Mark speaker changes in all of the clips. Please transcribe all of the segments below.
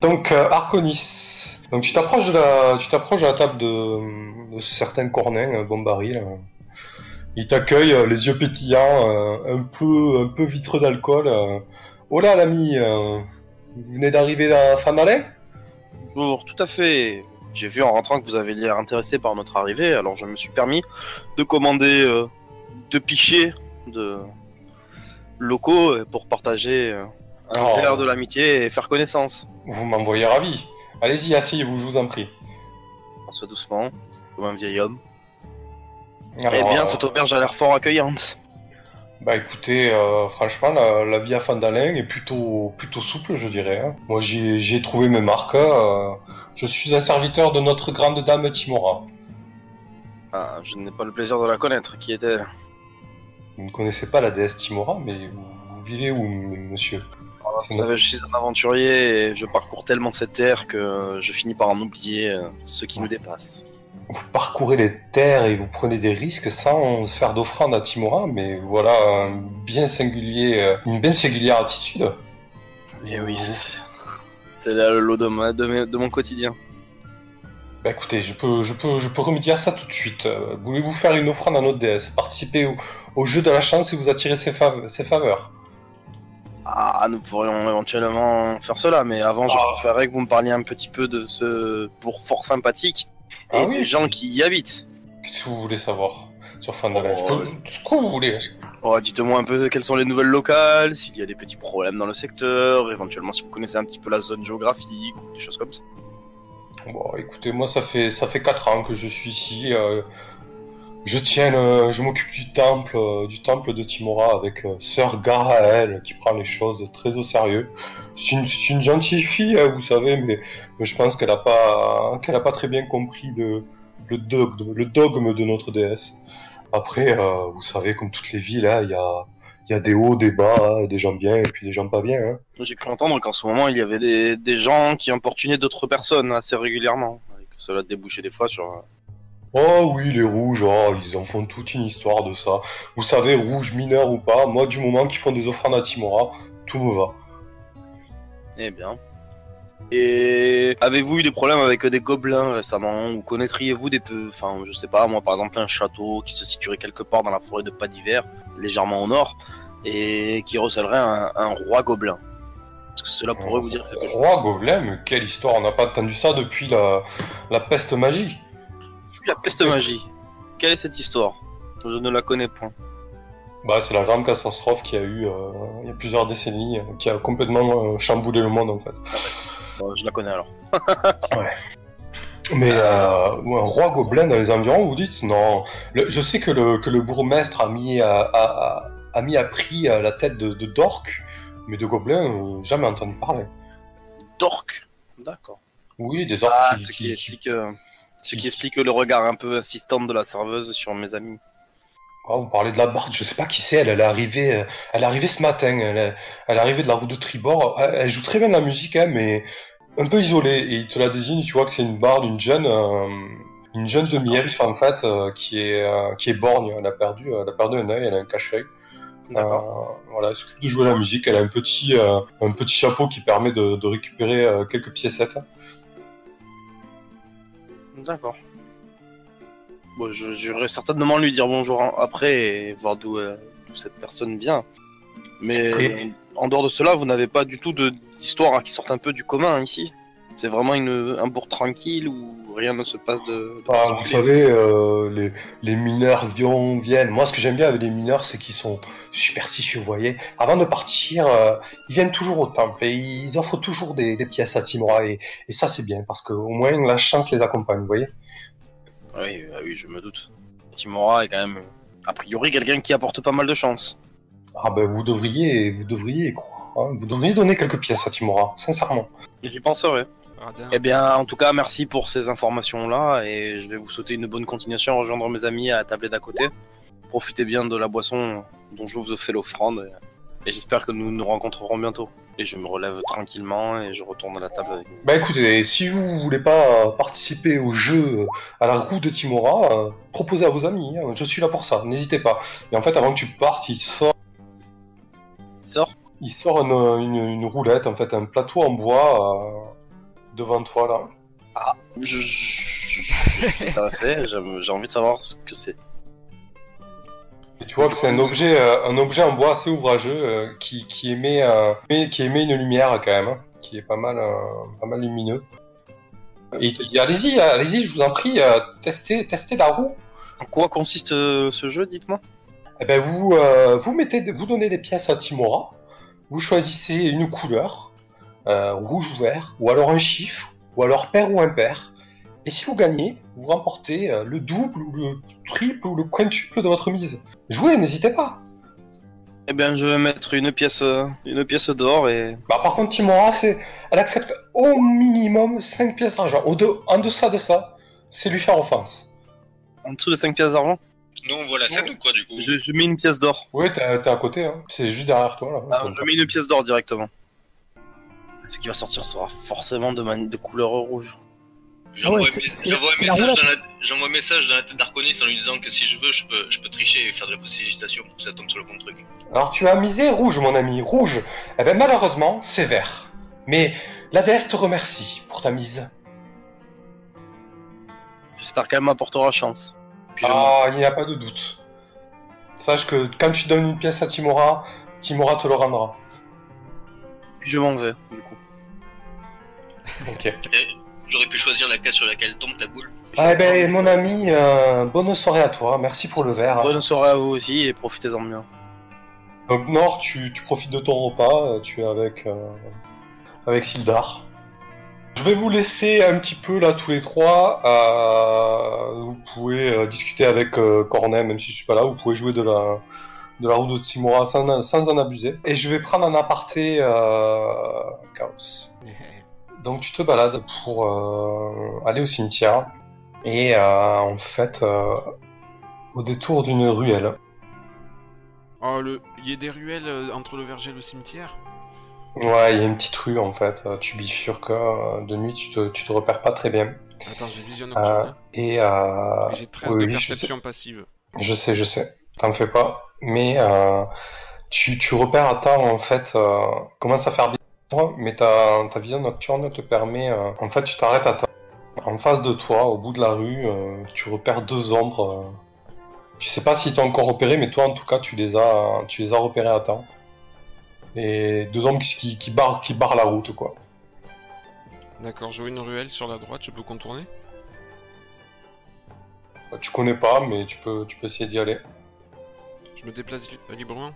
Speaker 1: Donc euh, Arconis. Donc tu t'approches de la, tu t'approches de la table de, de certains Cornin, euh, Bombari. là. Il t'accueille, euh, les yeux pétillants, euh, un peu, un peu vitreux d'alcool. euh. Oh là l'ami, euh, vous venez d'arriver à Fanalin
Speaker 2: Bonjour, tout à fait. J'ai vu en rentrant que vous avez l'air intéressé par notre arrivée, alors je me suis permis de commander euh, deux pichets de locaux euh, pour partager euh, un
Speaker 1: Oh.
Speaker 2: verre de l'amitié et faire connaissance.
Speaker 1: Vous m'envoyez ravi. Allez-y, asseyez-vous, je vous en prie.
Speaker 2: On se fait doucement, comme un vieil homme.
Speaker 1: Alors,
Speaker 2: eh bien,
Speaker 1: euh,
Speaker 2: cette auberge a l'air fort accueillante.
Speaker 1: Bah écoutez, euh, franchement, la, la vie à Fandalin est plutôt, plutôt souple, je dirais. hein. Moi, j'ai j'ai trouvé mes marques. euh, je suis un serviteur de notre grande dame Timora.
Speaker 2: Ah, je n'ai pas le plaisir de la connaître. Qui est-elle
Speaker 1: Vous ne connaissez pas la déesse Timora, mais vous, vous vivez où, m- monsieur C'est
Speaker 2: Vous savez, je suis un aventurier et je parcours tellement cette terre que je finis par en oublier euh, ce qui nous dépasse.
Speaker 1: Vous parcourez les terres et vous prenez des risques sans faire d'offrande à Timora, mais voilà un bien singulier, euh, une bien singulière attitude.
Speaker 2: Et Eh oui, c'est c'est là le lot de, ma- de mes- de mon quotidien.
Speaker 1: Bah écoutez, je peux, je peux, je peux remédier à ça tout de suite. Euh, Voulez-vous faire une offrande à notre déesse Participer au, au jeu de la chance et vous attirer ses, fave- ses faveurs.
Speaker 2: Ah, nous pourrions éventuellement faire cela, mais avant, je
Speaker 1: Ah.
Speaker 2: préférerais que vous me parliez un petit peu de ce bourg fort sympathique et
Speaker 1: Ah
Speaker 2: des
Speaker 1: oui.
Speaker 2: gens qui y habitent.
Speaker 1: Qu'est-ce que vous voulez savoir sur Fandalin
Speaker 2: Oh,
Speaker 1: Je peux-
Speaker 2: euh,
Speaker 1: Ce que vous voulez.
Speaker 2: Oh, dites-moi un peu quelles sont les nouvelles locales, s'il y a des petits problèmes dans le secteur, éventuellement si vous connaissez un petit peu la zone géographique ou des choses comme ça.
Speaker 1: Bon, écoutez, moi ça fait ça fait quatre ans que je suis ici. euh, je tiens, le- je m'occupe du temple, euh, du temple de Timora avec euh, Sœur Garaël qui prend les choses très au sérieux. C'est une, c'est une gentille fille, hein, vous savez, mais, mais je pense qu'elle a pas qu'elle a pas très bien compris le le dogme, le dogme de notre déesse. Après, euh, vous savez, comme toutes les villes, hein, il y a il y a des hauts, des bas, hein, des gens bien et puis des gens pas bien. hein.
Speaker 2: J'ai cru entendre qu'en ce moment, il y avait des, des gens qui importunaient d'autres personnes assez régulièrement. Et que cela débouchait des fois sur... euh,
Speaker 1: Oh oui, les rouges, oh, ils en font toute une histoire de ça. Vous savez, rouges mineurs ou pas, moi du moment qu'ils font des offrandes à Timora, tout me va.
Speaker 2: Eh bien. Et avez-vous eu des problèmes avec des gobelins récemment Ou connaîtriez-vous des peu... Enfin, je sais pas, moi par exemple, un château qui se situerait quelque part dans la forêt de Pas d'hiver, légèrement au nord, et qui recèlerait un, un roi gobelin Est-ce que cela pourrait vous dire quelque chose
Speaker 1: Roi Gobelin, mais quelle histoire, on n'a pas entendu ça depuis la, la peste magie.
Speaker 2: Depuis la peste magie, quelle est cette histoire Je ne la connais point.
Speaker 1: Bah, c'est la grande catastrophe qui a eu euh, il y a plusieurs décennies, euh, qui a complètement euh, chamboulé le monde en fait.
Speaker 2: Euh, je la connais alors.
Speaker 1: Mais euh, ouais, roi gobelin dans les environs, vous dites non. Le- je sais que le, que le bourgmestre a mis à, à- à- a mis à prix euh, la tête de, de Dork, mais de gobelin, euh, jamais entendu parler.
Speaker 2: Dork D'accord.
Speaker 1: Oui, des orques
Speaker 2: Ah,
Speaker 1: qui-
Speaker 2: ce qui
Speaker 1: qui-
Speaker 2: explique... euh, Ce qui explique le regard un peu insistant de la serveuse sur mes amis.
Speaker 1: Ah, vous parlez de la barde, je sais pas qui c'est, elle, elle est arrivée, euh, elle est arrivée ce matin, elle est, elle est arrivée de la route de Tribord, Euh, elle, elle joue très bien de la musique, hein, mais un peu isolée, et il te la désigne, tu vois que c'est une barde, une jeune, euh, une jeune demi-elfe en fait, euh, qui est, euh, qui est borgne, elle a perdu, euh, elle a perdu un œil, elle a un cache-œil.
Speaker 2: D'accord.
Speaker 1: Euh, voilà, elle s'occupe de jouer à la musique, elle a un petit, euh, un petit chapeau qui permet de, de récupérer euh, quelques piécettes.
Speaker 2: D'accord. Bon, je- j'aurais certainement lui dire bonjour en- après et voir d'où euh, d'où cette personne vient. Mais
Speaker 1: Et-
Speaker 2: euh, en dehors de cela, vous n'avez pas du tout de- d'histoire hein, qui sorte un peu du commun ici. C'est vraiment une, un bourg tranquille où rien ne se passe de. de
Speaker 1: Ah, vous
Speaker 2: particulier.
Speaker 1: savez, euh, les, les mineurs viennent, viennent. Moi, ce que j'aime bien avec les mineurs, c'est qu'ils sont superstitieux, vous voyez. Avant de partir, euh, ils viennent toujours au temple et ils offrent toujours des, des pièces à Timora. Et, et ça, c'est bien, parce qu'au moins, la chance les accompagne, vous voyez.
Speaker 2: oui, ah oui, je me doute. Timora est quand même, a priori, quelqu'un qui apporte pas mal de chance.
Speaker 1: Ah ben, vous devriez, vous devriez y croire. hein. Vous devriez donner quelques pièces à Timora, sincèrement.
Speaker 2: J'y penserai.
Speaker 3: Radin.
Speaker 2: Eh bien, en tout cas, merci pour ces informations-là et je vais vous souhaiter une bonne continuation, rejoindre mes amis à la table d'à côté. Profitez bien de la boisson dont je vous fais l'offrande et j'espère que nous nous rencontrerons bientôt. Et je me relève tranquillement et je retourne à la table avec
Speaker 1: Bah écoutez, si vous voulez pas participer au jeu euh, à la roue de Timora, euh, proposez à vos amis. hein. Je suis là pour ça, n'hésitez pas. Et en fait, avant que tu partes, il sort.
Speaker 2: Sors
Speaker 1: Il sort une, une- une roulette, en fait, un plateau en bois euh, devant toi là.
Speaker 2: Je, je- je- je suis intéressé, j'aime- j'ai envie de savoir ce que c'est.
Speaker 1: Et tu vois que c'est un objet, euh, un objet en bois assez ouvrageux euh, qui, qui émet, euh, mais- qui émet une lumière quand même, hein, qui est pas mal, euh, pas mal lumineux. Et il te dit allez-y, euh, allez-y, je vous en prie, euh, testez, testez la roue.
Speaker 2: En quoi consiste euh, ce jeu, dites-moi
Speaker 1: Eh ben vous, euh, vous mettez, des- vous donnez des pièces à Timora. Vous choisissez une couleur, euh, rouge ou vert, ou alors un chiffre, ou alors pair ou impair. Et si vous gagnez, vous remportez euh, le double ou le triple ou le quintuple de votre mise. Jouez, n'hésitez pas.
Speaker 2: Eh bien, je vais mettre une pièce, euh, une pièce d'or et.
Speaker 1: Bah, par contre, Timora, c'est... elle accepte au minimum 5 pièces d'argent. Au de- En deçà de ça, c'est lui faire offense.
Speaker 2: En dessous de 5 pièces d'argent
Speaker 3: Nous, on voit la scène ou quoi, du coup
Speaker 2: je, je mets une pièce d'or.
Speaker 1: Oui, t'es t'es à côté, hein. c'est juste derrière toi. Là,
Speaker 2: Ah,
Speaker 1: Comme
Speaker 2: je
Speaker 1: ça.
Speaker 2: mets une pièce d'or directement. Ce qui va sortir sera forcément de, man- de couleur rouge.
Speaker 3: J'envoie
Speaker 4: ouais,
Speaker 3: un
Speaker 4: c'est-
Speaker 3: mes-
Speaker 4: c'est-
Speaker 3: j'envoie un
Speaker 4: c'est la
Speaker 3: message
Speaker 4: roulette.
Speaker 3: dans la- j'envoie un message dans la tête d'Arconis en lui disant que si je veux, je peux, je peux tricher et faire de la précipitation pour que ça tombe sur le bon truc.
Speaker 1: Alors tu as misé rouge, mon ami, rouge. Eh ben malheureusement, c'est vert. Mais la déesse te remercie pour ta mise.
Speaker 2: J'espère qu'elle m'apportera chance. Puis je-
Speaker 1: Ah, il n'y a pas de doute. Sache que quand tu donnes une pièce à Timora, Timora te le rendra.
Speaker 2: puis je m'en vais, du coup.
Speaker 1: Ok.
Speaker 3: T'as- J'aurais pu choisir la case sur laquelle tombe ta boule.
Speaker 1: Ah, eh ben mon ami, euh, bonne soirée à toi. Merci pour le verre.
Speaker 2: Bonne soirée à vous aussi et profitez-en bien.
Speaker 1: Donc Nord, tu, tu profites de ton repas, euh, tu es avec, euh, avec Sildar. Je vais vous laisser un petit peu là tous les trois. euh, vous pouvez euh, discuter avec euh, Cornet, même si je suis pas là. Vous pouvez jouer de la, de la roue de Timora sans, sans en abuser. Et je vais prendre un aparté euh, Chaos. Donc tu te balades pour euh, aller au cimetière. Et euh, en fait, euh, au détour d'une ruelle,
Speaker 4: Oh, le... il y a des ruelles euh, entre le verger et le cimetière
Speaker 1: Ouais, il y a une petite rue en fait. Euh, Tu bifurques euh, de nuit, tu te, tu te repères pas très bien.
Speaker 4: Attends, j'ai vision
Speaker 1: Euh,
Speaker 4: nocturne.
Speaker 1: et euh,
Speaker 4: hein. J'ai 13
Speaker 1: oui,
Speaker 4: de
Speaker 1: oui, je
Speaker 4: perception passive.
Speaker 1: je sais, je sais, t'en fais pas. Mais euh, tu, tu repères à temps en fait, euh, commence à faire bizarre, mais ta, ta vision nocturne te permet. euh, en fait, tu t'arrêtes à temps. En face de toi, au bout de la rue, euh, tu repères deux ombres. euh. tu sais pas si t'as encore repéré, mais toi en tout cas, tu les as, tu les as repérés à temps. Et deux ombres qui, qui, qui, barrent, qui barrent la route quoi.
Speaker 4: D'accord, je vois une ruelle sur la droite, je peux contourner
Speaker 1: Bah, Tu connais pas, mais tu peux, tu peux essayer d'y aller.
Speaker 4: Je me déplace li- euh, librement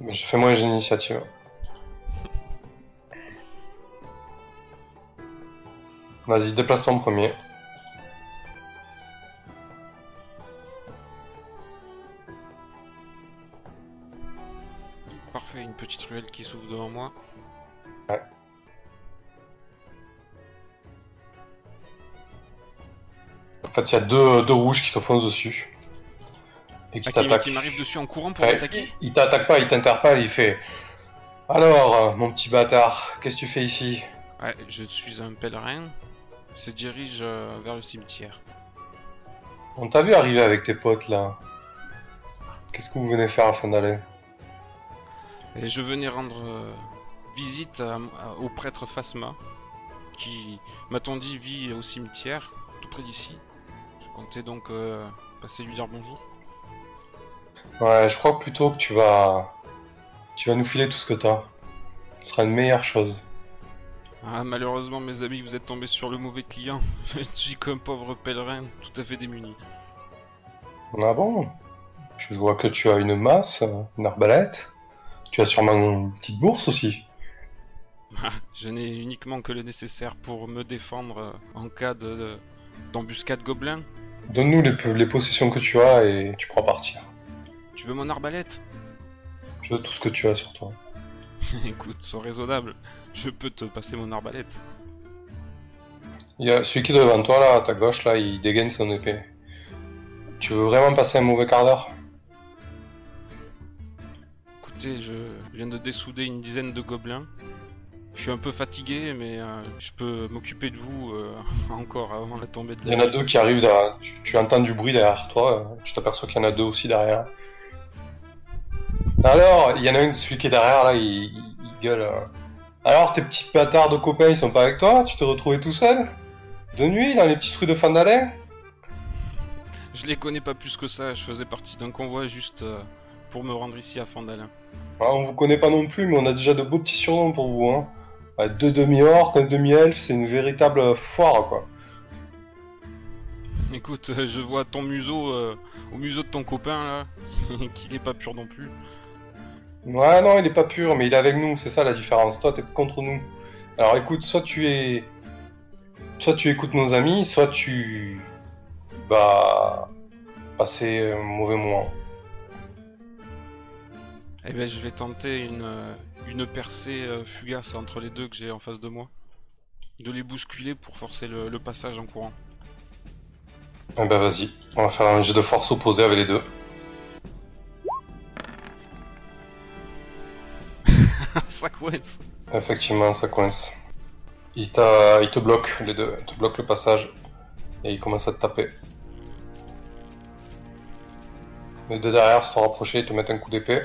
Speaker 1: Mais je fais moins d'initiative. Vas-y, déplace-toi en premier.
Speaker 4: Parfait, une petite ruelle qui s'ouvre devant moi.
Speaker 1: Ouais. En fait, il y a deux, deux rouges qui te foncent dessus. Et qui
Speaker 4: Ah, qui,
Speaker 1: t'attaquent.
Speaker 4: qui m'arrive dessus en courant pour
Speaker 1: Ouais,
Speaker 4: m'attaquer
Speaker 1: il t'attaque pas, il t'interpelle, il fait Alors, euh, mon petit bâtard, qu'est-ce que tu fais ici
Speaker 4: Ouais, je suis un pèlerin. Se dirige euh, vers le cimetière.
Speaker 1: On t'a vu arriver avec tes potes là. Qu'est-ce que vous venez faire afin d'aller
Speaker 4: Et je venais rendre euh, visite à- à- au prêtre Phasma, qui, m'a-t-on dit, vit au cimetière, tout près d'ici. Je comptais donc euh, passer lui dire bonjour.
Speaker 1: Ouais, je crois plutôt que tu vas. Tu vas nous filer tout ce que t'as. Ce sera une meilleure chose.
Speaker 4: Ah, malheureusement, mes amis, vous êtes tombés sur le mauvais client. je suis qu'un pauvre pèlerin, tout à fait démuni.
Speaker 1: Ah bon Je vois que tu as une masse, une arbalète. Tu as sûrement une petite bourse aussi.
Speaker 4: Je n'ai uniquement que le nécessaire pour me défendre euh, en cas de- d'embuscade gobelin.
Speaker 1: Donne-nous les, po- les possessions que tu as et tu pourras partir.
Speaker 4: Tu veux mon arbalète
Speaker 1: Je veux tout ce que tu as sur toi.
Speaker 4: Écoute, sois raisonnable. Je peux te passer mon arbalète.
Speaker 1: Il y a celui qui est devant toi, là, à ta gauche, là, il dégaine son épée. Tu veux vraiment passer un mauvais quart d'heure
Speaker 4: Écoutez, je viens de dessouder une dizaine de gobelins. Je suis un peu fatigué, mais euh, je peux m'occuper de vous euh, encore avant la tombée de
Speaker 1: Il y en a
Speaker 4: la
Speaker 1: deux qui arrivent derrière. Tu, tu entends du bruit derrière toi. euh, Tu t'aperçois qu'il y en a deux aussi derrière. Alors, il y en a une, celui qui est derrière là, il, il- il gueule. euh, Alors, tes petits bâtards de copains, ils sont pas avec toi Tu t'es retrouvé tout seul De nuit, dans les petites rues de fin d'année
Speaker 4: Je les connais pas plus que ça, je faisais partie d'un convoi juste euh, pour me rendre ici à Fandalin.
Speaker 1: Ah, On vous connaît pas non plus, mais on a déjà de beaux petits surnoms pour vous. Hein. Ah, Deux demi-orques, un demi-elfe, c'est une véritable foire, quoi.
Speaker 4: Écoute, euh, je vois ton museau euh, au museau de ton copain là, qu'il est pas pur non plus.
Speaker 1: Ouais, non, il est pas pur, mais il est avec nous, c'est ça la différence. Toi, t'es contre nous. Alors écoute, soit tu es. Soit tu écoutes nos amis, soit tu. Bah. Passer un mauvais moment.
Speaker 4: Eh ben, je vais tenter une, euh, une percée euh, fugace entre les deux que j'ai en face de moi. De les bousculer pour forcer le, le passage en courant.
Speaker 1: Eh ben vas-y, on va faire un jeu de force opposé avec les deux.
Speaker 4: ça coince
Speaker 1: Effectivement, ça coince. Il, t'a- il te bloque, les deux. Il te bloque le passage. Et il commence à te taper. Les deux derrière se sont rapprochés, ils te mettent un coup d'épée.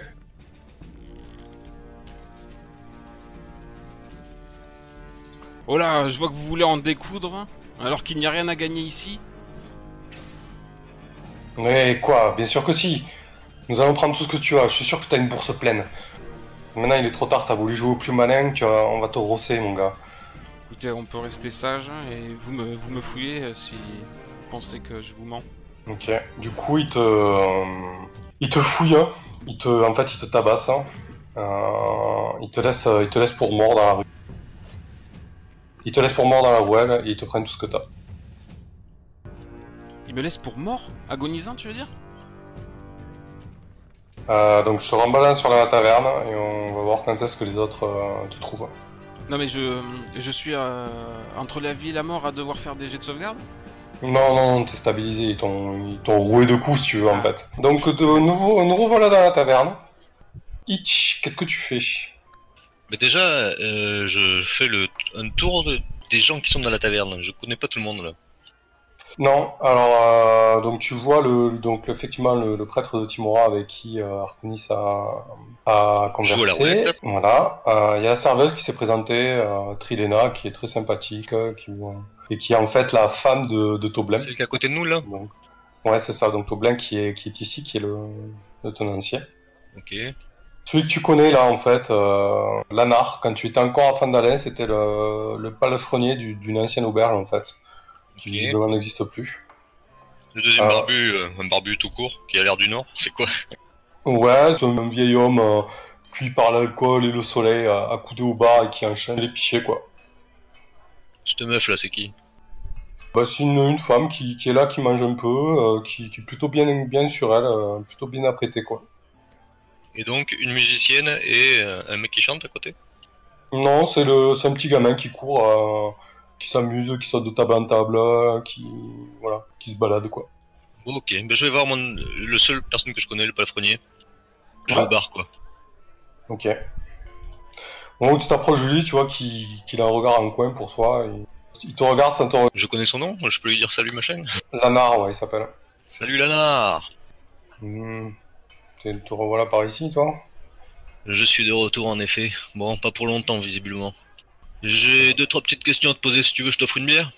Speaker 4: Oh là, je vois que vous voulez en découdre, alors qu'il n'y a rien à gagner ici.
Speaker 1: Mais quoi Bien sûr que si Nous allons prendre tout ce que tu as, je suis sûr que t'as une bourse pleine. Maintenant il est trop tard, t'as voulu jouer au plus malin, tu vas- on va te rosser mon gars.
Speaker 4: Écoutez, on peut rester sage hein, et vous me, vous me fouillez euh, si vous pensez que je vous mens.
Speaker 1: Ok. Du coup il te... euh, il te fouille, hein. il te... en fait il te tabasse. hein. Euh, il, te laisse, il te laisse pour mort dans la rue. Il te laisse pour mort dans la voile et ils te prennent tout ce que t'as.
Speaker 4: Il me laisse pour mort Agonisant, tu veux dire
Speaker 1: Euh, donc je te remballe sur la taverne et on va voir quand est-ce que les autres euh, te trouvent.
Speaker 4: Non mais je, je suis euh, entre la vie et la mort à devoir faire des jets de sauvegarde
Speaker 1: Non, non, t'es stabilisé, ils t'ont ils t'ont roué de coups si tu veux en
Speaker 4: Ah.
Speaker 1: fait. Donc de nouveau, nous revoilà dans la taverne. Itch, qu'est-ce que tu fais
Speaker 3: Mais déjà, euh, je fais le, un tour de- des gens qui sont dans la taverne. Je connais pas tout le monde là.
Speaker 1: Non, alors euh, donc tu vois le donc effectivement le, le prêtre de Timora avec qui euh, Arconis a, a
Speaker 3: Joue à la
Speaker 1: conversé.
Speaker 3: roulette.
Speaker 1: Voilà, Euh, il y a la serveuse qui s'est présentée, euh, Trilena, qui est très sympathique, euh, qui euh, et qui est en fait la femme de, de Toblem.
Speaker 3: Celle qui est à côté de nous là
Speaker 1: Donc, ouais, c'est ça. Donc Toblem qui est qui est ici, qui est le, le tenancier.
Speaker 3: Ok.
Speaker 1: Celui que tu connais là en fait, euh, Lanar, quand tu étais encore à Fandalin, c'était le, le palefrenier du- d'une ancienne auberge en fait, qui
Speaker 3: Ok.
Speaker 1: visiblement n'existe plus.
Speaker 3: Le deuxième
Speaker 1: Ah.
Speaker 3: barbu, euh, un barbu tout court, qui a l'air du Nord, c'est quoi
Speaker 1: Ouais, c'est un vieil homme euh, cuit par l'alcool et le soleil, euh, accoudé au bar et qui enchaîne les pichets quoi.
Speaker 3: Cette meuf là, c'est qui
Speaker 1: Bah, c'est une, une femme qui, qui est là, qui mange un peu, euh, qui, qui est plutôt bien, bien sur elle, euh, plutôt bien apprêtée quoi.
Speaker 3: Et donc, une musicienne et euh, un mec qui chante à côté
Speaker 1: Non, c'est le, c'est un petit gamin qui court, euh, qui s'amuse, qui saute de table en table, euh, qui, voilà, qui se balade quoi.
Speaker 3: Ok, ben, je vais voir mon... le seul personne que je connais, le palefrenier. Je vais
Speaker 1: Ouais.
Speaker 3: au bar quoi.
Speaker 1: Ok. Au moment où tu t'approches de lui, tu vois qu'il qu'il a un regard en coin pour toi. et Il te regarde sans te regarder.
Speaker 3: Je connais son nom, je peux lui dire salut ma chaîne
Speaker 1: Lanar, ouais, il s'appelle.
Speaker 3: Salut Lanar
Speaker 1: Hmm. Tu te revois là par ici, toi
Speaker 3: Je suis de retour en effet. Bon, pas pour longtemps visiblement. J'ai deux trois petites questions à te poser si tu veux, je t'offre une bière.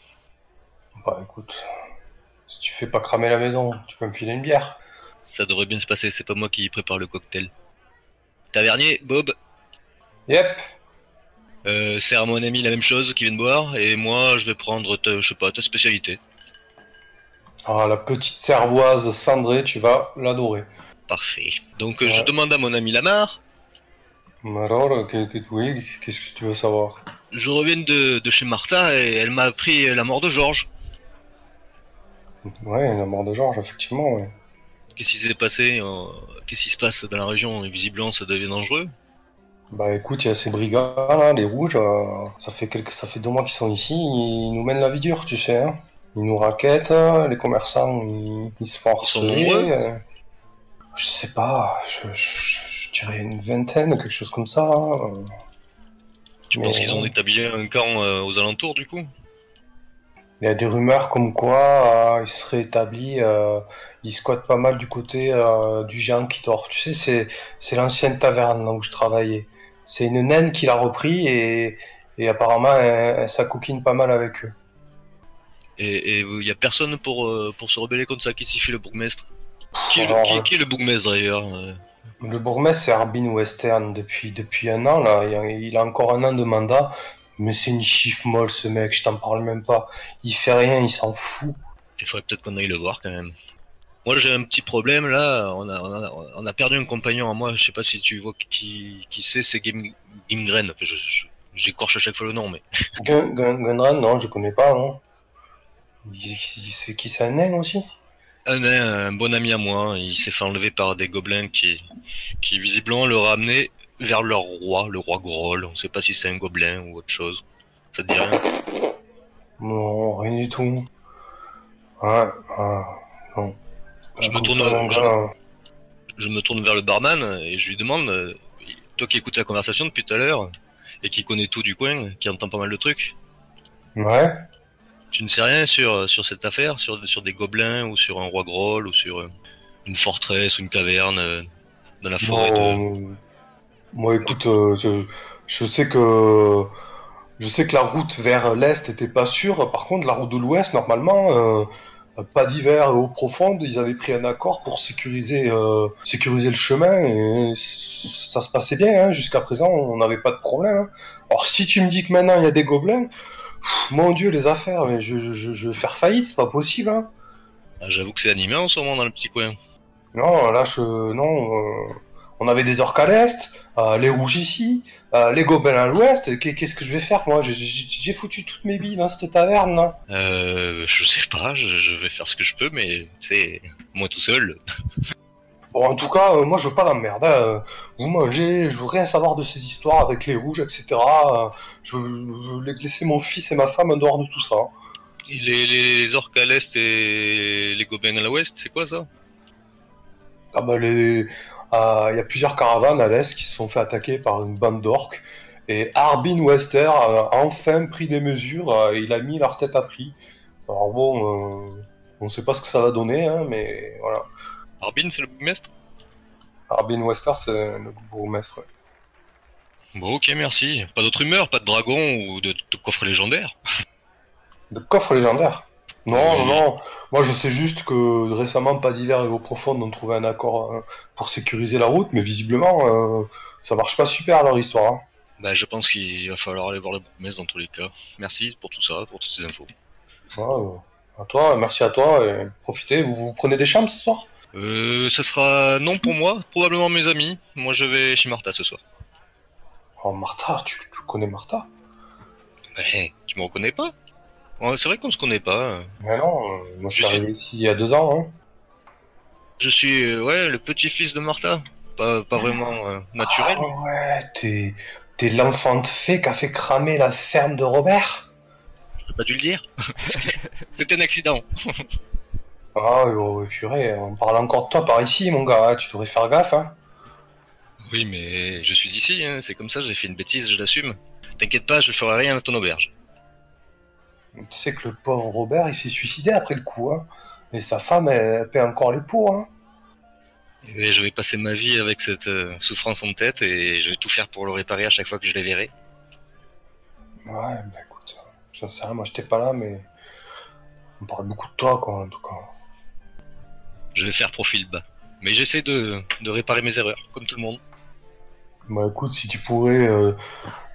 Speaker 1: Bah écoute, si tu fais pas cramer la maison, tu peux me filer une bière.
Speaker 3: Ça devrait bien se passer, c'est pas moi qui prépare le cocktail. Tavernier, Bob,
Speaker 1: Yep
Speaker 3: euh, sert à mon ami la même chose qui vient de boire, et moi je vais prendre, ta, je sais pas, ta spécialité.
Speaker 1: Ah, la petite cervoise cendrée, tu vas l'adorer.
Speaker 3: Parfait. Donc euh,
Speaker 1: Ouais.
Speaker 3: je demande à mon ami Lamar,
Speaker 1: Mais Alors, euh, que- que- oui, qu'est-ce que tu veux savoir
Speaker 3: je reviens de, de chez Martha et elle m'a appris la mort de Georges.
Speaker 1: Ouais, la mort de Georges, effectivement, ouais.
Speaker 3: Qu'est-ce qui s'est passé euh, Qu'est-ce qui se passe dans la région Et visiblement ça devient dangereux.
Speaker 1: Bah écoute, il y a ces brigands là, les rouges, euh, ça fait quelques, ça fait deux mois qu'ils sont ici, ils nous mènent la vie dure, tu sais. Hein. Ils nous raquettent, euh, les commerçants, ils, ils se forcent. Euh,
Speaker 3: Ils sont nombreux
Speaker 1: Je sais pas, je, je- je dirais une vingtaine, quelque chose comme ça. hein.
Speaker 3: Tu
Speaker 1: Mais-
Speaker 3: penses qu'ils ont établi un camp euh, aux alentours du coup
Speaker 1: Il y a des rumeurs comme quoi euh, ils seraient établis, euh, ils squattent pas mal du côté euh, du géant qui dort. Tu sais, c'est, c'est l'ancienne taverne là où je travaillais. C'est une naine qui l'a repris et, et apparemment elle, elle s'acoquine pas mal avec eux.
Speaker 3: Et il n'y a personne pour, euh, pour se rebeller contre ça. Qui s'y fait le bourgmestre qui est, le,
Speaker 1: Alors,
Speaker 3: qui- qui est le bourgmestre d'ailleurs euh
Speaker 1: Le bourgmestre, c'est Harbin Western depuis, depuis un an, là. Il a, il a encore un an de mandat. Mais c'est une chiffre molle, ce mec, je t'en parle même pas. Il fait rien, il s'en fout.
Speaker 3: Il faudrait peut-être qu'on aille le voir quand même. Moi j'ai un petit problème là, on a, on a, on a perdu un compagnon à moi, je sais pas si tu vois qui, qui c'est, c'est Gim- Gimgren. Enfin, je- je- J'écorche à chaque fois le nom, mais
Speaker 1: Gun- Gun- Gunran, non, je connais pas, non. Il- il- C'est qui, c'est un nain aussi
Speaker 3: un, nain, un bon ami à moi, hein. il s'est fait enlever par des gobelins qui, qui visiblement le ramenaient vers leur roi, le roi Groll. On sait pas si c'est un gobelin ou autre chose. Ça te dit rien
Speaker 1: Non, rien du tout. Ouais, ouais, non.
Speaker 3: Je me
Speaker 1: Comme
Speaker 3: tourne
Speaker 1: ça,
Speaker 3: au-
Speaker 1: donc,
Speaker 3: je-
Speaker 1: euh,
Speaker 3: je me tourne vers le barman et je lui demande, euh, toi qui écoutes la conversation depuis tout à l'heure et qui connais tout du coin, qui entend pas mal de trucs,
Speaker 1: Ouais,
Speaker 3: tu ne sais rien sur, euh, sur cette affaire, sur, sur des gobelins ou sur un roi Groll ou sur euh, une forteresse ou une caverne euh, dans la forêt de...
Speaker 1: Non, euh, Moi, écoute, euh, je, je sais que je sais que la route vers l'est était pas sûre. Par contre, la route de l'ouest, normalement, euh, pas d'hiver et eau profonde, ils avaient pris un accord pour sécuriser euh, sécuriser le chemin et s- ça se passait bien. hein. Jusqu'à présent, on n'avait pas de problème. hein. Alors, si tu me dis que maintenant il y a des gobelins, pff, mon Dieu, les affaires, mais je, je- je- je vais faire faillite, c'est pas possible. hein.
Speaker 3: Ah, J'avoue que c'est animé en ce moment dans le petit coin.
Speaker 1: Non, là, je... non. euh, On avait des orques à l'est, euh, les rouges ici, euh, les gobelins à l'ouest. Qu'est- Qu'est-ce que je vais faire, moi J'ai- J'ai j'ai foutu toutes mes billes dans cette taverne, hein. là.
Speaker 3: Euh, je sais pas, je, je vais faire ce que je peux, mais c'est moi tout seul.
Speaker 1: Bon, en tout cas, euh, moi, je veux pas la merde. hein, euh, Vous mangez, je veux rien savoir de ces histoires avec les rouges, etc. euh, Je veux je veux laisser mon fils et ma femme en dehors de tout ça. hein.
Speaker 3: Les, les orques à l'est et les gobelins à l'ouest, c'est quoi ça
Speaker 1: Ah bah les... ah, il y a plusieurs caravanes à l'est qui se sont fait attaquer par une bande d'orques. Et Harbin Wester a enfin pris des mesures, euh, il a mis leur tête à prix. Alors bon, euh, on sait pas ce que ça va donner, hein, mais voilà.
Speaker 3: Arbin, c'est le bourgmestre
Speaker 1: Harbin Wester, c'est le bourgmestre. ouais.
Speaker 3: Bon, ok, merci. Pas d'autre humeur, pas de dragon ou de, de coffre légendaire
Speaker 1: Le coffre légendaire Non, non,
Speaker 3: Oui.
Speaker 1: non. Moi, je sais juste que récemment, Pas d'hiver et Eau Profonde ont trouvé un accord euh, pour sécuriser la route, mais visiblement, euh, ça marche pas super leur histoire. hein.
Speaker 3: Bah, je pense qu'il va falloir aller voir le bourgmestre dans tous les cas. Merci pour tout ça, pour toutes ces infos.
Speaker 1: Voilà, euh, à toi, merci à toi, et profitez, vous, vous prenez des chambres ce soir
Speaker 3: Euh, ça sera non pour moi, probablement mes amis. Moi, je vais chez Martha ce soir.
Speaker 1: Oh Martha, tu, tu connais Martha
Speaker 3: Ouais, Eh, tu me reconnais pas Ouais, C'est vrai qu'on se connaît pas.
Speaker 1: Mais non, euh, moi je suis
Speaker 3: Je suis-
Speaker 1: arrivé ici il y a deux ans, hein.
Speaker 3: Je suis, euh, ouais, le petit-fils de Martha. Pas, pas vraiment euh, naturel.
Speaker 1: Ah ouais, t'es, t'es l'enfant de fée qui a fait cramer la ferme de Robert
Speaker 3: J'ai pas dû le dire. C'était un accident.
Speaker 1: Ah ouais, ouais, purée, on parle encore de toi par ici mon gars, hein, tu devrais faire gaffe, hein
Speaker 3: Oui, mais je suis d'ici, hein, c'est comme ça, j'ai fait une bêtise, je l'assume. T'inquiète pas, je ferai rien à ton auberge.
Speaker 1: Tu sais que le pauvre Robert, il s'est suicidé après le coup, hein Et sa femme, elle, paie encore les pots, hein
Speaker 3: Et je vais passer ma vie avec cette euh, souffrance en tête et je vais tout faire pour le réparer à chaque fois que je le verrai.
Speaker 1: Ouais, bah écoute, j'en sais rien, moi j'étais pas là, mais... On parle beaucoup de toi, quoi, en tout cas.
Speaker 3: Je vais faire profil bas. Mais j'essaie de, de réparer mes erreurs, comme tout le monde.
Speaker 1: Bah écoute, si tu pourrais euh,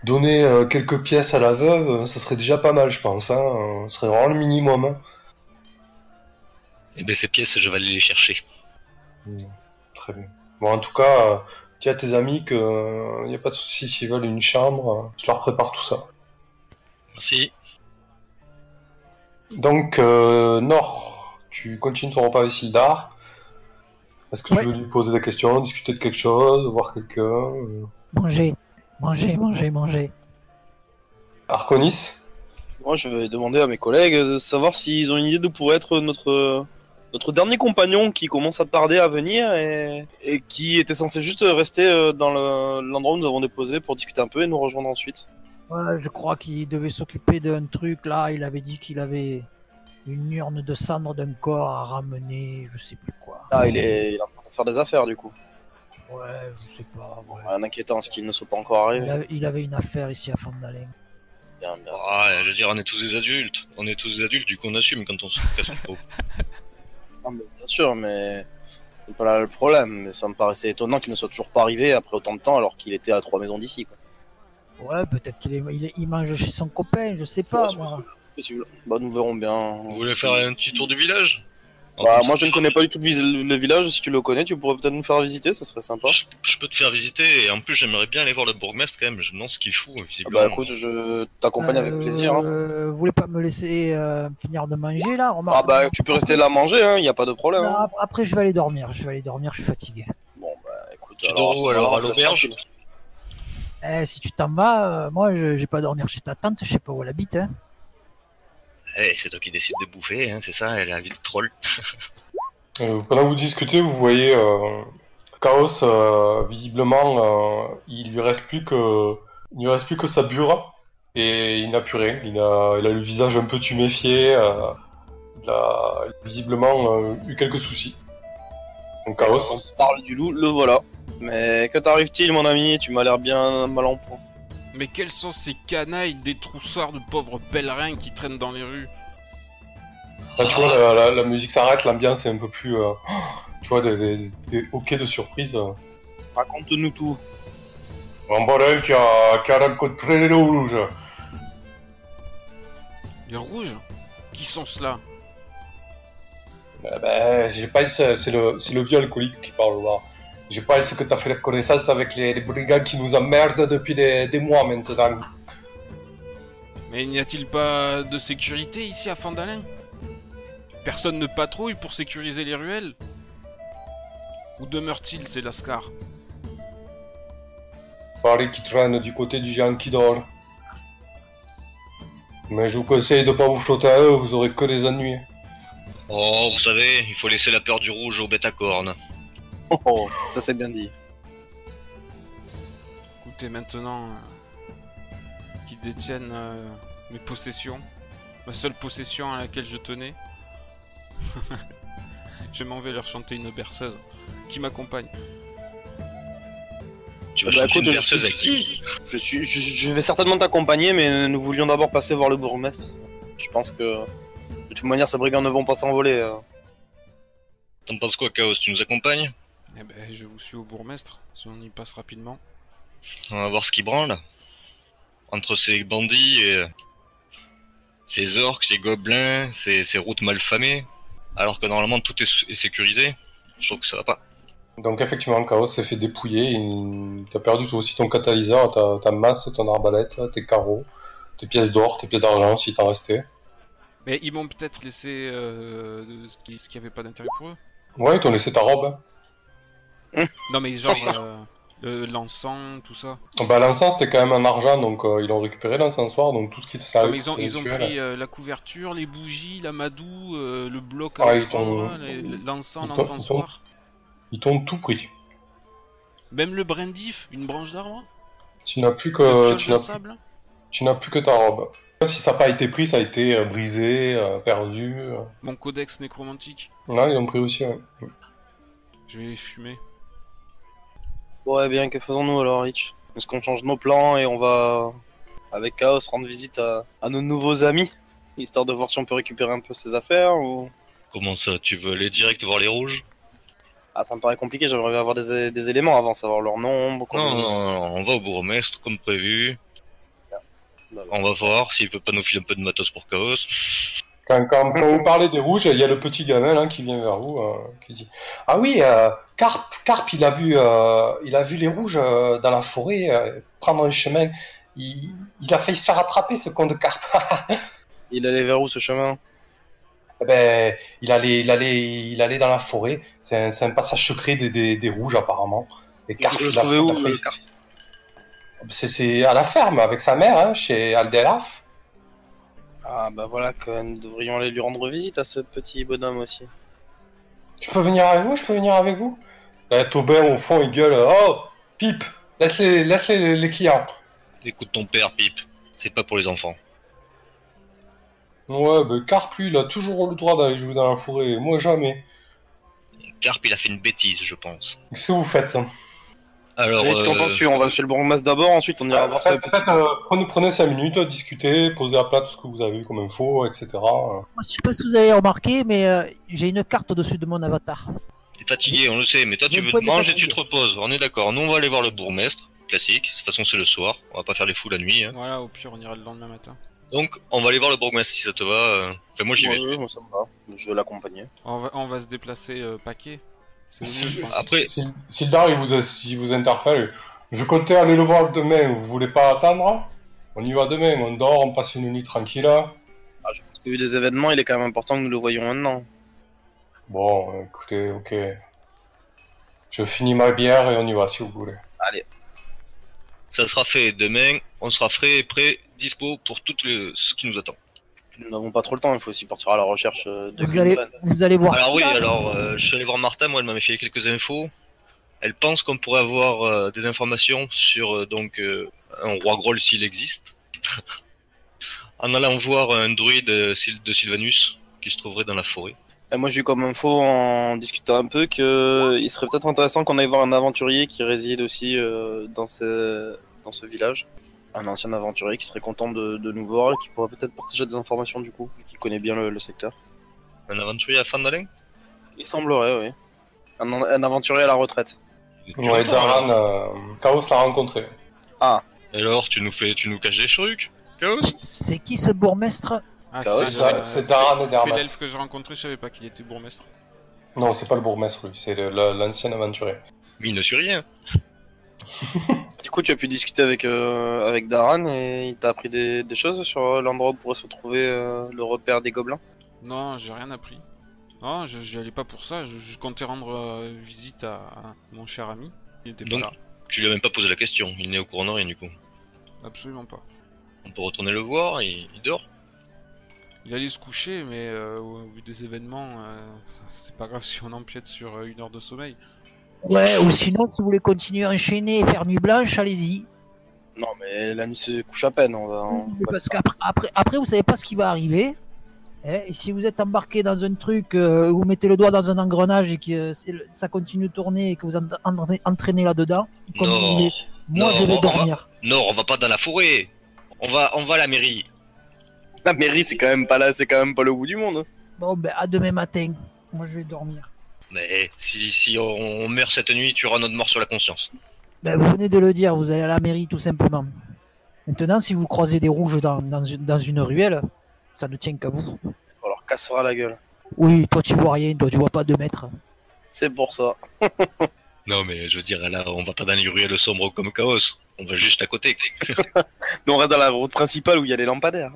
Speaker 1: donner euh, quelques pièces à la veuve, euh, ça serait déjà pas mal, je pense. Hein. euh, Ce serait vraiment le minimum. hein.
Speaker 3: Et ben ces pièces, je vais aller les chercher.
Speaker 1: Très bien. Bon, en tout cas, euh, dis à tes amis que euh, y a pas de souci s'ils veulent une chambre, euh, je leur prépare tout ça.
Speaker 3: Merci.
Speaker 1: Donc, euh, Nord, tu continues ton repas avec Sildar. Est-ce que tu
Speaker 5: Ouais.
Speaker 1: veux lui poser des questions, discuter de quelque chose, voir quelqu'un euh,
Speaker 5: Manger, manger, manger, manger.
Speaker 1: Arconis
Speaker 2: Moi, je vais demander à mes collègues de savoir s'ils ont une idée de pourrait être notre, notre dernier compagnon qui commence à tarder à venir et, et qui était censé juste rester euh, dans le- l'endroit où nous avons déposé pour discuter un peu et nous rejoindre ensuite.
Speaker 5: Ouais, je crois qu'il devait s'occuper d'un truc là. Il avait dit qu'il avait une urne de cendres d'un corps à ramener, je sais plus quoi.
Speaker 2: Ah, il est, il est en train de faire des affaires du coup.
Speaker 5: Ouais, je sais pas. ouais.
Speaker 2: En inquiétant ce qu'ils ne sont pas encore
Speaker 5: Il,
Speaker 2: arrivés.
Speaker 5: avait, il avait une affaire ici à Fandalen.
Speaker 2: Bien, bien.
Speaker 3: Ah, je veux dire, on est tous des adultes. On est tous des adultes, du coup on assume quand on se casse le pot.
Speaker 2: Non, Ah, mais bien sûr, mais c'est pas là le problème. Mais ça me paraissait étonnant qu'il ne soit toujours pas arrivé après autant de temps alors qu'il était à trois maisons d'ici. Quoi.
Speaker 5: Ouais, peut-être qu'il est, il est- il mange chez son copain, je sais
Speaker 2: C'est
Speaker 5: pas
Speaker 2: vrai,
Speaker 5: moi.
Speaker 2: Possible. Bah, nous verrons bien.
Speaker 3: Vous voulez faire un petit tour du village
Speaker 2: Bah, moi je ne connais pas du tout le, vis- le village. Si tu le connais, tu pourrais peut-être nous faire visiter, ça serait sympa.
Speaker 3: Je, je peux te faire visiter et en plus j'aimerais bien aller voir le bourgmestre quand même. Je me demande ce qu'il fout.
Speaker 2: Ah
Speaker 3: visiblement.
Speaker 2: bah écoute, je t'accompagne avec
Speaker 5: Euh,
Speaker 2: plaisir. hein.
Speaker 5: Vous voulez pas me laisser euh, finir de manger là remarque-
Speaker 2: Ah bah tu peux rester là manger, il hein, n'y a pas de problème.
Speaker 5: Non,
Speaker 2: hein.
Speaker 5: ap- Après, je vais aller dormir. Je vais aller dormir, je suis fatigué.
Speaker 2: Bon bah écoute.
Speaker 3: Tu dors où,
Speaker 2: ce
Speaker 3: alors, à
Speaker 2: moment-là,
Speaker 3: l'auberge
Speaker 2: tranquille.
Speaker 5: Eh, si tu t'en vas, euh, moi, je j'ai pas à dormir chez ta tante, je sais pas où elle habite. Hein.
Speaker 3: Eh, c'est toi qui décide de bouffer, hein, c'est ça, elle a envie de troll.
Speaker 1: Euh, pendant que vous discutez, vous voyez euh, Chaos, euh, visiblement, euh, il lui reste plus que, il lui reste plus que sa bure et il n'a plus rien. Il a, il a le visage un peu tuméfié. euh, il a visiblement euh, eu quelques soucis. Donc Chaos,
Speaker 2: On parle du loup, le voilà. Mais que t'arrive-t-il mon ami Tu m'as l'air bien mal en point.
Speaker 4: Mais quels sont ces canailles détrousseurs de pauvres pèlerins qui traînent dans les rues
Speaker 1: là, tu vois, la, la- la musique s'arrête, l'ambiance est un peu plus, euh, tu vois, des, des, des hoquets de surprise. euh.
Speaker 2: Raconte-nous tout.
Speaker 1: En voilà un qui a, qui a rencontré les rouges.
Speaker 4: Les rouges Qui sont cela
Speaker 1: Euh, ben, je pense euh, c'est le c'est le vieux alcoolique qui parle là. Je pense que t'as fait la connaissance avec les, les brigands qui nous emmerdent depuis des, des mois maintenant.
Speaker 4: Mais n'y a-t-il pas de sécurité ici à Fandalin Personne ne patrouille pour sécuriser les ruelles Où demeurent-ils ces lascars
Speaker 1: Paris qui traîne du côté du géant qui dort. Mais je vous conseille de pas vous flotter à eux, vous aurez que des ennuis.
Speaker 3: Oh, vous savez, il faut laisser la peur du rouge aux bêtes à cornes.
Speaker 2: Oh, oh, ça c'est bien dit.
Speaker 4: Écoutez maintenant euh, qui détiennent euh, mes possessions, ma seule possession à laquelle je tenais. je m'en vais leur chanter une berceuse qui m'accompagne.
Speaker 3: Tu vas
Speaker 2: Bah,
Speaker 3: chercher
Speaker 2: écoute,
Speaker 3: une
Speaker 2: je
Speaker 3: berceuse à
Speaker 2: suis-
Speaker 3: qui
Speaker 2: Je, suis, je, je vais certainement t'accompagner, mais nous voulions d'abord passer voir le bourgmestre. Je pense que de toute manière, ces brigands ne vont pas s'envoler. euh.
Speaker 3: T'en penses quoi, Chaos Tu nous accompagnes
Speaker 4: Eh ben, je vous suis au bourgmestre, si on y passe rapidement.
Speaker 3: On va voir ce qui branle. Entre ces bandits et euh, ces orques, ces gobelins, ces, ces routes malfamées, alors que normalement tout est, s- est sécurisé, je trouve que ça va pas.
Speaker 1: Donc effectivement, Chaos s'est fait dépouiller, il- t'as perdu toi aussi ton catalyseur, ta, ta masse, ton arbalète, tes carreaux, tes pièces d'or, tes pièces d'argent si t'en restais.
Speaker 4: Mais ils m'ont peut-être laissé euh, ce qui ce qui avait pas d'intérêt pour eux.
Speaker 1: Ouais, ils t'ont laissé ta robe. hein.
Speaker 4: Non mais genre euh, le- l'encens, tout ça.
Speaker 1: Bah l'encens c'était quand même un argent, donc euh, ils l'ont récupéré l'encensoir, donc tout ce qui te
Speaker 4: Non,
Speaker 1: servait
Speaker 4: mais ils ont,
Speaker 1: pour
Speaker 4: ils ont
Speaker 1: rituel.
Speaker 4: pris euh, la couverture, les bougies, la madoue, euh, le bloc
Speaker 1: Ah,
Speaker 4: à
Speaker 1: ils
Speaker 4: l'offrande,
Speaker 1: ont-
Speaker 4: hein, les- l'encens,
Speaker 1: ils ont-
Speaker 4: l'encensoir. euh,
Speaker 1: Ils t'ont tout pris.
Speaker 4: Même le brindif, une branche d'arbre,
Speaker 1: Tu n'as plus
Speaker 4: le
Speaker 1: que
Speaker 4: fiole
Speaker 1: Euh, tu
Speaker 4: de
Speaker 1: n'as,
Speaker 4: sable.
Speaker 1: tu n'as plus que ta robe. Si ça n'a pas été pris, ça a été euh, brisé, euh, perdu. euh.
Speaker 4: Mon codex nécromantique,
Speaker 1: Non, ils l'ont pris aussi. ouais.
Speaker 4: je vais fumer.
Speaker 2: Ouais, bien, que faisons-nous alors, Rich Est-ce qu'on change nos plans et on va, avec Chaos, rendre visite à, à nos nouveaux amis Histoire de voir si on peut récupérer un peu ses affaires ou...
Speaker 3: Comment ça Tu veux aller direct voir les rouges
Speaker 2: Ah, ça me paraît compliqué, j'aimerais bien avoir des, des éléments avant, savoir leur nombre,
Speaker 3: non,
Speaker 2: combien-
Speaker 3: non, non, on va au bourgmestre comme prévu.
Speaker 2: Bah, Voilà.
Speaker 3: On va voir s'il peut pas nous filer un peu de matos pour Chaos.
Speaker 1: Quand, quand, quand vous parlez des rouges, il y a le petit gamin là, qui vient vers vous, euh, qui dit Ah oui, euh, Carp, Carp, il a vu, euh, il a vu les rouges euh, dans la forêt euh, prendre un chemin. Il, il a failli se faire attraper, ce con de Carp.
Speaker 2: Il allait vers où ce chemin
Speaker 1: Eh ben, il allait, il allait, il allait dans la forêt. C'est un, c'est un passage secret des, des, des rouges apparemment. Et Carp,
Speaker 2: Je le
Speaker 1: il a-
Speaker 2: trouvais
Speaker 1: il
Speaker 2: où
Speaker 1: a failli-
Speaker 2: le car-
Speaker 1: C'est- C'est à la ferme avec sa mère, hein, chez Aldelaf.
Speaker 2: Ah, bah voilà, que nous devrions aller lui rendre visite à ce petit bonhomme aussi.
Speaker 1: Je peux venir avec vous Je peux venir avec vous Là, Taubin au fond, il gueule. Oh, pipe, laisse les, laisse les, les clients.
Speaker 3: Écoute ton père, Pipe. C'est pas pour les enfants.
Speaker 1: Ouais, ben Carp, lui, il a toujours le droit d'aller jouer dans la forêt. Moi, jamais.
Speaker 3: Carpe, il a fait une bêtise, je pense.
Speaker 2: Ah,
Speaker 1: Qu'est-ce que vous faites hein
Speaker 3: Alors,
Speaker 2: Eric, qu'en
Speaker 3: euh,
Speaker 2: penses-tu On va chez le bourgmestre d'abord, ensuite on ira voir ça.
Speaker 1: Faites- faites, euh, prenez, prenez 5 minutes, discutez, posez à plat tout ce que vous avez eu comme info, etc. Euh,
Speaker 5: Moi, je sais pas si vous avez remarqué, mais euh, j'ai une carte au-dessus de mon avatar.
Speaker 3: t'es fatigué, on le sait, mais toi tu
Speaker 5: Même
Speaker 3: veux
Speaker 5: pas
Speaker 3: te
Speaker 5: de
Speaker 3: manger,
Speaker 5: fatigué.
Speaker 3: tu te reposes, on est d'accord. Nous on va aller voir le bourgmestre, classique, de toute façon c'est le soir, on va pas faire les fous la nuit. hein.
Speaker 4: Voilà, au pire, on ira le lendemain matin.
Speaker 3: Donc on va aller voir le bourgmestre si ça te va. euh. Enfin moi j'y vais.
Speaker 2: Ouais, ouais, moi, ça me va. Je vais l'accompagner.
Speaker 4: On va, on va se déplacer euh, paquet. C'est le mieux, je pense.
Speaker 3: Après,
Speaker 1: Si, si le dard, il vous, a- s'il vous interpelle, je comptais aller le voir demain, vous voulez pas attendre On y va demain, on dort, on passe une nuit tranquille.
Speaker 2: Parce que vu des événements, il est quand même important que nous le voyons maintenant.
Speaker 1: Bon, écoutez, ok. Je finis ma bière et on y va si vous voulez.
Speaker 3: ça sera fait demain, on sera frais et prêt, dispo pour tout le... ce qui nous attend.
Speaker 2: Nous n'avons pas trop le temps, il faut aussi partir à la recherche euh, de
Speaker 5: Vous allez,
Speaker 2: Gwynplaine.
Speaker 5: vous allez voir.
Speaker 3: Alors oui, alors euh, je suis allé voir Martha, moi elle m'a filé quelques infos. Elle pense qu'on pourrait avoir euh, des informations sur euh, donc euh, un roi Groll s'il existe. en allant voir un druide euh, Syl- de Sylvanus qui se trouverait dans la forêt.
Speaker 2: Et moi j'ai eu comme info en discutant un peu que euh, il serait peut-être intéressant qu'on aille voir un aventurier qui réside aussi euh, dans, ce, dans ce village. Un ancien aventurier qui serait content de, de nous voir et qui pourrait peut-être partager des informations du coup, vu qu'il connaît bien le, le secteur.
Speaker 3: Un aventurier à Fandalin
Speaker 2: Il semblerait, oui. Un, un aventurier à la retraite.
Speaker 3: Tu
Speaker 1: Ouais,
Speaker 3: l'entends,
Speaker 1: Daran,
Speaker 3: alors
Speaker 1: euh, Chaos l'a rencontré.
Speaker 3: Alors tu nous fais, tu nous caches des trucs Chaos
Speaker 5: C'est qui ce bourgmestre
Speaker 4: Ah,
Speaker 2: Ah ouais,
Speaker 1: c'est-
Speaker 4: euh,
Speaker 1: c'est Daran et
Speaker 4: c'est-
Speaker 1: Dermat.
Speaker 4: c'est l'elfe que j'ai rencontré, je savais pas qu'il était bourgmestre.
Speaker 1: Non, c'est pas le bourgmestre, lui, c'est le- le- l'ancien aventurier.
Speaker 3: Mais il ne suit rien.
Speaker 2: Du coup, tu as pu discuter avec, euh, avec Daran et il t'a appris des, des choses sur euh, l'endroit où pourrait se trouver euh, le repère des gobelins.
Speaker 4: Non, j'ai rien appris. Non, je- j'y allais pas pour ça, je, je comptais rendre euh, visite à, à mon cher ami. Il était
Speaker 3: Donc-
Speaker 4: pas là,
Speaker 3: Tu lui as même pas posé la question, il n'est au courant de rien du coup.
Speaker 4: absolument pas.
Speaker 3: On peut retourner le voir, il, il dort.
Speaker 4: Il allait se coucher, mais euh, au vu des événements, euh, c'est pas grave si on empiète sur euh, une heure de sommeil.
Speaker 5: Ouais, ou sinon, si vous voulez continuer à enchaîner et faire nuit blanche, allez-y.
Speaker 2: Non, mais la nuit se couche à peine, on va. on va-
Speaker 5: Parce qu'après, après, après, vous savez pas ce qui va arriver. Hein, Et si vous êtes embarqué dans un truc, euh, vous mettez le doigt dans un engrenage et que euh, c'est le- ça continue de tourner et que vous en- en- entraînez là-dedans, comme vous
Speaker 3: Non,
Speaker 5: voulez.
Speaker 3: Non,
Speaker 5: Moi, je vais
Speaker 3: on va-
Speaker 5: dormir.
Speaker 3: non, on va pas dans la forêt. On va, on va à la mairie.
Speaker 2: La mairie, c'est quand même pas là, c'est quand même pas le bout du monde. hein.
Speaker 5: Bon, ben, à demain matin. Moi, je vais dormir.
Speaker 3: Mais si, si on meurt cette nuit, tu auras notre mort sur la conscience.
Speaker 5: Ben, vous venez de le dire, vous allez à la mairie, tout simplement. Maintenant, si vous croisez des rouges dans, dans une- dans une ruelle, ça ne tient qu'à vous.
Speaker 2: On leur cassera la gueule.
Speaker 5: Oui, toi, tu vois rien, toi, tu vois pas deux mètres.
Speaker 2: C'est pour ça.
Speaker 3: Non, mais je veux dire, là, on va pas dans les ruelles sombres comme Chaos. On va juste à côté.
Speaker 2: Nous, on reste dans la route principale où il y a les lampadaires.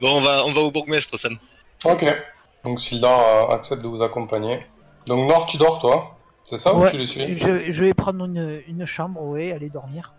Speaker 3: Bon, on va, on va au bourgmestre, Sam.
Speaker 1: Ok. Donc Sildar euh, accepte de vous accompagner. Donc Nord, tu dors toi C'est ça ou
Speaker 5: Ouais.
Speaker 1: tu les suis
Speaker 5: Je, je vais prendre une, une chambre, ouais, aller dormir.